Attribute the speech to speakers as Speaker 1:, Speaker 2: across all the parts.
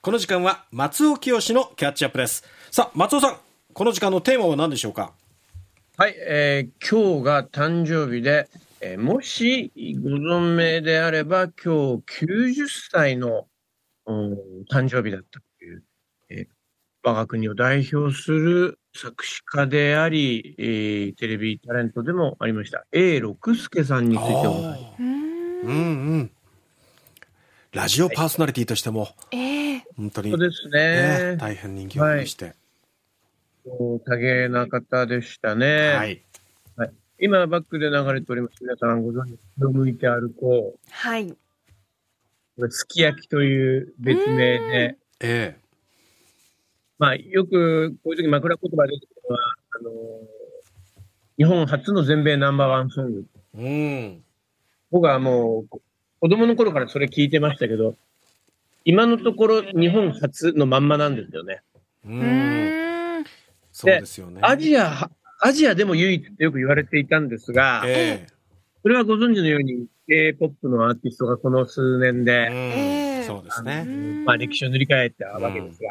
Speaker 1: この時間は松尾清のキャッチアップです。さあ、松尾さん、この時間のテーマは何でしょうか
Speaker 2: はい、えー、今日が誕生日で、えー、もしご存命であれば、今日90歳の、うん、誕生日だったという、えー、我が国を代表する作詞家であり、えー、テレビタレントでもありました、A 六輔さんについてお話
Speaker 1: うんうんラジオパーソナリティとしても、はい、本当に、
Speaker 2: そうですね、
Speaker 1: ね、大変人気を博して、はい
Speaker 2: 多芸な方でしたね、はいはい、今バックで流れております皆さんご存知「を向いて歩こう」
Speaker 3: はい、
Speaker 2: これすき焼きという別名で、
Speaker 1: えー、
Speaker 2: まあよくこういう時枕言葉で出てくるのはあの日本初の全米ナンバーワンソング、
Speaker 1: うん、
Speaker 2: 僕はもう子供の頃からそれ聞いてましたけど今のところ日本初のまんまなんですよね。
Speaker 1: うんそうですよね。
Speaker 2: アジア、アジアでも唯一ってよく言われていたんですが、
Speaker 1: えー、
Speaker 2: それはご存知のように K-POP のアーティストがこの数年で、
Speaker 1: えー、そうですね。
Speaker 2: まあ歴史を塗り替えたわけですが、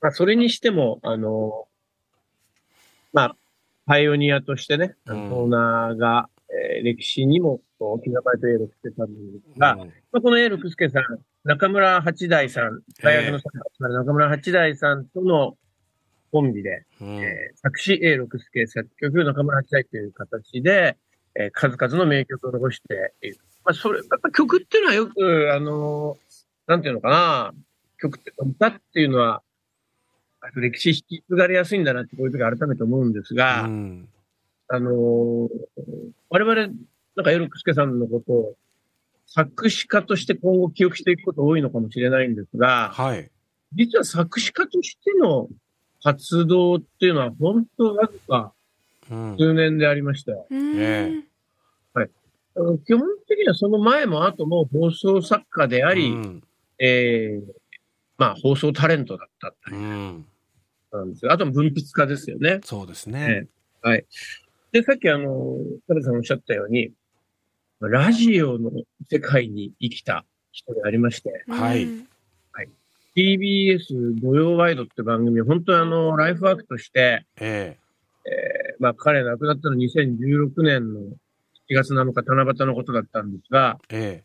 Speaker 2: まあそれにしても、あの、まあ、パイオニアとしてね、コーナーが、えー、歴史にも刻まれた永六輔さんですが、まあ、この永六輔さん、中村八大さん、大学の中村八大さんとの、コンビで、うん、えー、作詞 A 六輔作曲中村八大という形で、えー、数々の名曲を残している。まあ、それ、やっぱ曲っていうのはよく、あのー、なんていうのかな、曲って、歌っていうのは、歴史引き継がれやすいんだなってこういう時改めて思うんですが、うん、あのー、我々、なんか A 六輔さんのことを、作詞家として今後記憶していくこと多いのかもしれないんですが、
Speaker 1: はい。
Speaker 2: 実は作詞家としての活動っていうのは本当わずか数年でありましたよ。うんはい、基本的にはその前も後も放送作家であり、うん、えー、まあ放送タレントだったったり、うん、なんですあと文筆家ですよね。
Speaker 1: そうですね。
Speaker 2: えー、はい。で、さっきあの、田辺さんおっしゃったように、ラジオの世界に生きた人でありまして、
Speaker 1: はい。
Speaker 2: TBS 土曜ワイドって番組、本当にあの、ライフワークとして、
Speaker 1: え
Speaker 2: ええー、まあ彼亡くなったの2016年の7月7日七夕のことだったんですが、
Speaker 1: ええ、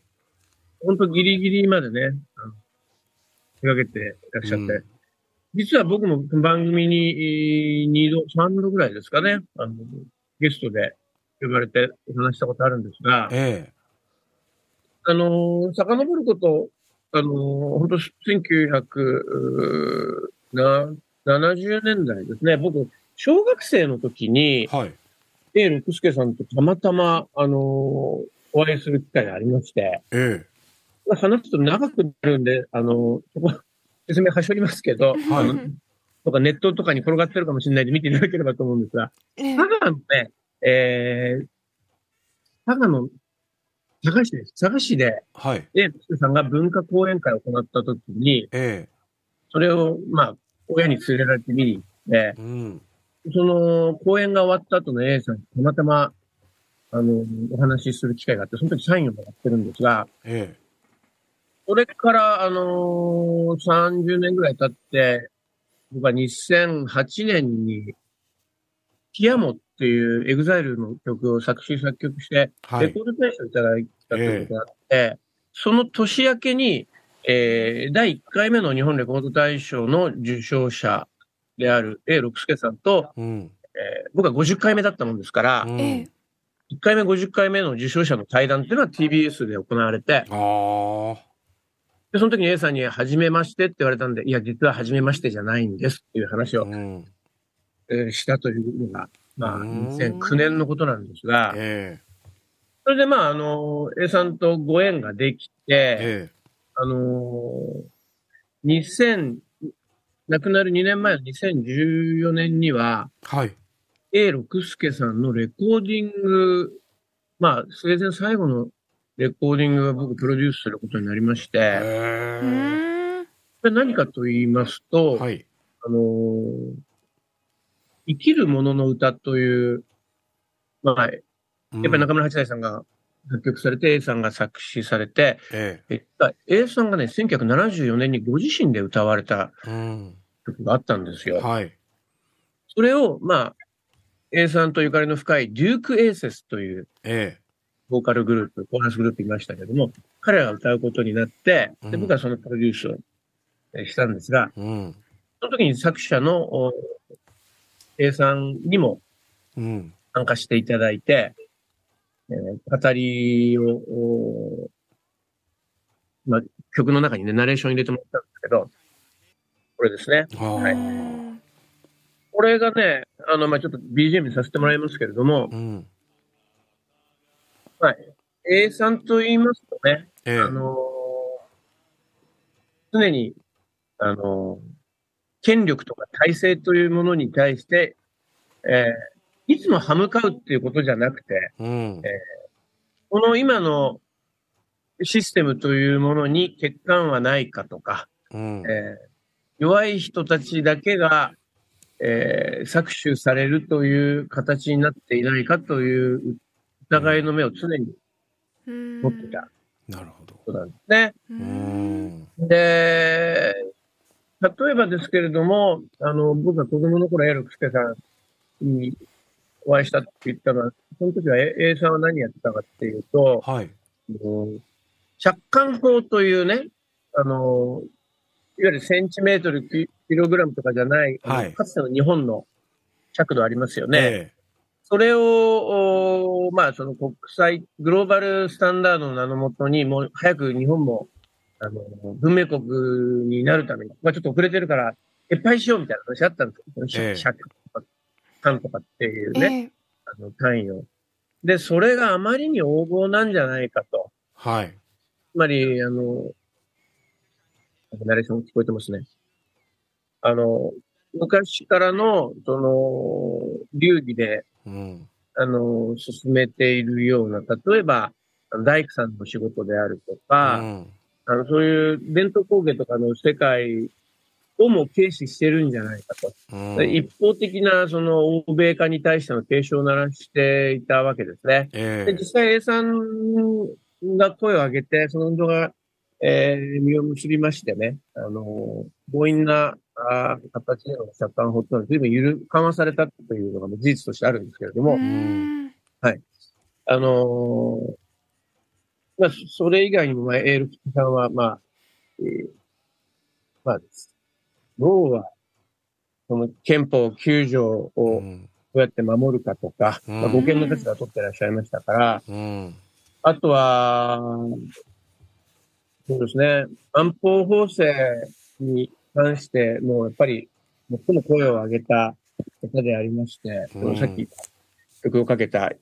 Speaker 2: 本当ギリギリまでね、手がけていらっしゃって、うん、実は僕も番組に2度、3度ぐらいですかね、あのゲストで呼ばれてお話したことあるんですが、
Speaker 1: ええ、
Speaker 2: あの、遡ることあのー、本当、1970年代ですね、僕、小学生の時に、
Speaker 1: はい、
Speaker 2: A 六輔さんとたまたま、あのー、お会いする機会がありまして、
Speaker 1: え
Speaker 2: え、話すと長くなるんで、あのー、説明はしょりますけど、
Speaker 1: はい、
Speaker 2: とかネットとかに転がってるかもしれないんで見ていただければと思うんですが、佐賀のね、えー、佐賀の佐賀市です。佐賀市で、
Speaker 1: はい。
Speaker 2: で、さんが文化講演会を行った時に、
Speaker 1: ええ。
Speaker 2: それを、まあ、親に連れられて見に行って、
Speaker 1: うん。
Speaker 2: その、講演が終わった後の A さん、たまたま、あの、お話しする機会があって、その時サインをもらってるんですが、
Speaker 1: ええ。
Speaker 2: それから、あのー、30年ぐらい経って、僕は2008年に、ティアモっていうエグザイルの曲を作詞作曲して、レコード大賞をいただいたということがあって、はいえー、その年明けに、えー、第1回目の日本レコード大賞の受賞者である A 六輔さんと、
Speaker 1: うん、
Speaker 2: えー、僕は50回目だったもんですから、
Speaker 1: うん、1
Speaker 2: 回目50回目の受賞者の対談っていうのは TBS で行われて、で、その時に A さんに、はじめましてって言われたんで、いや、実ははじめましてじゃないんですっていう話を、うん、えー、したというのがまあ、2009年のことなんですが、
Speaker 1: え
Speaker 2: ー、それでまあ、あの、A さんとご縁ができて、
Speaker 1: え
Speaker 2: ー、あのー、2000、亡くなる2年前の2014年には、
Speaker 1: はい。
Speaker 2: A 六輔さんのレコーディング、まあ、生前最後のレコーディングは僕プロデュースすることになりまして、
Speaker 1: え
Speaker 2: ー、これ何かと言いますと、
Speaker 1: はい。
Speaker 2: あのー生きるものの歌という、まあ、やっぱり中村八大さんが作曲されて、A さんが作詞されて、
Speaker 1: え
Speaker 2: え A さんがね、1974年にご自身で歌われた
Speaker 1: え。うん。
Speaker 2: 曲があったんですよ。
Speaker 1: はい。
Speaker 2: それを、まあ、A さんとゆかりの深いデューク・エーセスという
Speaker 1: え
Speaker 2: ボーカルグループ、コーラスグループいましたけども、彼らが歌うことになって、
Speaker 1: う
Speaker 2: で
Speaker 1: ん
Speaker 2: 僕はそのプロデュースをえーしたんですが、
Speaker 1: え。うん。
Speaker 2: その時に作者のお A さんにも
Speaker 1: うん。
Speaker 2: 参加していただいて、えー語りを、おまあ、曲の中にね、ナレーション入れてもらったんですけど、これですね。
Speaker 1: ああ。
Speaker 2: はいこれがね、あの、まあ、ちょっと BGM にさせてもらいますけれども、
Speaker 1: うん。
Speaker 2: A さんと言いますとね、
Speaker 1: ええ。
Speaker 2: あのー常に、あのー権力とか体制というものに対して、えーいつも歯向かうっていうことじゃなくて、
Speaker 1: うん。
Speaker 2: この今のシステムというものに欠陥はないかとか、
Speaker 1: うん
Speaker 2: え。ー弱い人たちだけが、えー搾取されるという形になっていないかという疑いの目を常に
Speaker 3: うん
Speaker 2: 持ってた
Speaker 1: なるほど。
Speaker 2: ことなんですね。
Speaker 3: う
Speaker 1: うんん。
Speaker 2: で、例えばですけれども、あの、僕が子供の頃、エルクスケさんにお会いしたって言ったのは、その時は A, A さんは何やってたかっていうと、
Speaker 1: はい。
Speaker 2: あの着艦法というね、あの、いわゆるセンチメートル、キキログラムとかじゃない、あの
Speaker 1: はい
Speaker 2: かつての日本の尺度ありますよね。
Speaker 1: え
Speaker 2: それを、おまあ、その国際、グローバルスタンダードの名のもとに、もう早く日本も、あの、文明国になるために、まあちょっと遅れてるから、撤廃しようみたいな話あったんですよ。
Speaker 1: ええ
Speaker 2: 尺とか、単とかっていう
Speaker 3: え
Speaker 2: ね、
Speaker 3: え
Speaker 2: あの単位を。で、それがあまりに横暴なんじゃないかと。
Speaker 1: はい。
Speaker 2: つまり、あの、ナレーション聞こえてますね。あの、昔からの、その、流儀で、
Speaker 1: うん。
Speaker 2: あの、進めているような、例えば、あの大工さんの仕事であるとか、
Speaker 1: うん。
Speaker 2: あのそういう伝統工芸とかの世界をも軽視してるんじゃないかと。
Speaker 1: うん
Speaker 2: で一方的な、その、欧米化に対しての警鐘を鳴らしていたわけですね。
Speaker 1: え
Speaker 2: で
Speaker 1: え
Speaker 2: 実。際 A さんが声を上げて、その運動が、えー実を結びましてね、あの強引なあー形での借款法というのは随分緩緩和されたというのがもう事実としてあるんですけれども、
Speaker 3: うん
Speaker 2: あのーまあ、それ以外にも、まあ、エールキさんは、まあ、えーまあ、どうは、その憲法9条を
Speaker 1: う
Speaker 2: ど
Speaker 1: ん。
Speaker 2: うやって守るかとか、
Speaker 1: うん
Speaker 2: まあ、護憲の立場を取ってらっしゃいましたから、
Speaker 1: うん。
Speaker 2: あとは、そうですね、安保法制に関して、もうやっぱり、最も声を上げた方でありまして、
Speaker 1: うん
Speaker 2: そのさっき曲をかけた、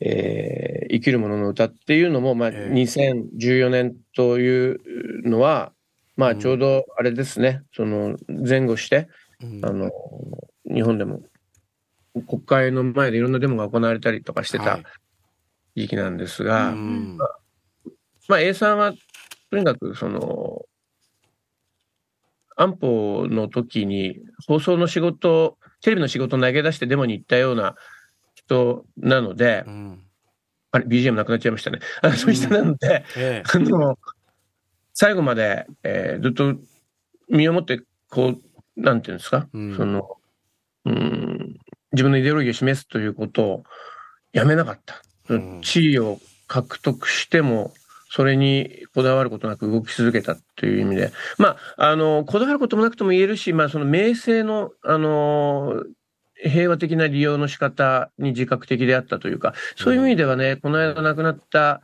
Speaker 2: えー生きる者の歌っていうのも、まあ、
Speaker 1: ええ
Speaker 2: 2014年というのは、まあ、
Speaker 1: うん
Speaker 2: ちょうどあれですね、その前後して、
Speaker 1: うん
Speaker 2: あの、日本でも、国会の前でいろんなデモが行われたりとかして
Speaker 1: は
Speaker 2: た
Speaker 1: い
Speaker 2: 時期なんです
Speaker 1: う
Speaker 2: が、
Speaker 1: ん。
Speaker 2: まあ、A さんは、とにかく、その、安保の時に、放送の仕事、テレビの仕事を投げ出してデモに行ったような人なので
Speaker 1: う、ん。
Speaker 2: あれ、BGM なくなっちゃいましたね。あのそういう人なので、
Speaker 1: ええ。
Speaker 2: あの、最後まで、えーずっと身をもって、こう、なんていうんですか、
Speaker 1: うん
Speaker 2: その、うん、自分のイデオロギーを示すということをやめなかった。
Speaker 1: うん
Speaker 2: 地位を獲得しても、それにこだわることなく動き続けたという意味で、まあ、あの、こだわることもなくとも言えるし、まあ、その名声の、あの、平和的な利用の仕方に自覚的であったというか、そういう意味ではね、この間亡くなった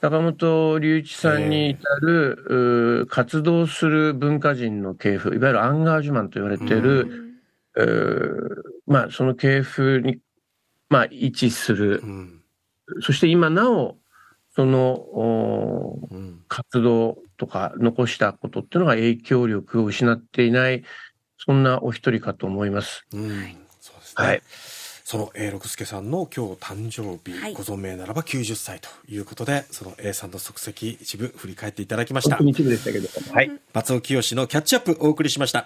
Speaker 2: 坂本龍一さんに至る、うー活動する文化人の系譜、いわゆるアンガージュマンと言われて
Speaker 1: う
Speaker 2: る、うーまあ、その系譜に、まあ、位置する
Speaker 1: う、ん。
Speaker 2: そして今なお、その、おー
Speaker 1: うん。
Speaker 2: 活動とか残したことっていうのが影響力を失っていない、そんなお一人かと思います。
Speaker 1: うん。そうですね。
Speaker 2: はい。
Speaker 1: その A 六輔さんの今日誕生日、
Speaker 3: はい
Speaker 1: ご存命ならば90歳ということで、その A さんの足跡一部振り返っていただきまし
Speaker 2: 本
Speaker 1: た
Speaker 2: 当。に一部でしたけど。はい。
Speaker 1: 松尾清のキャッチアップお送りしました。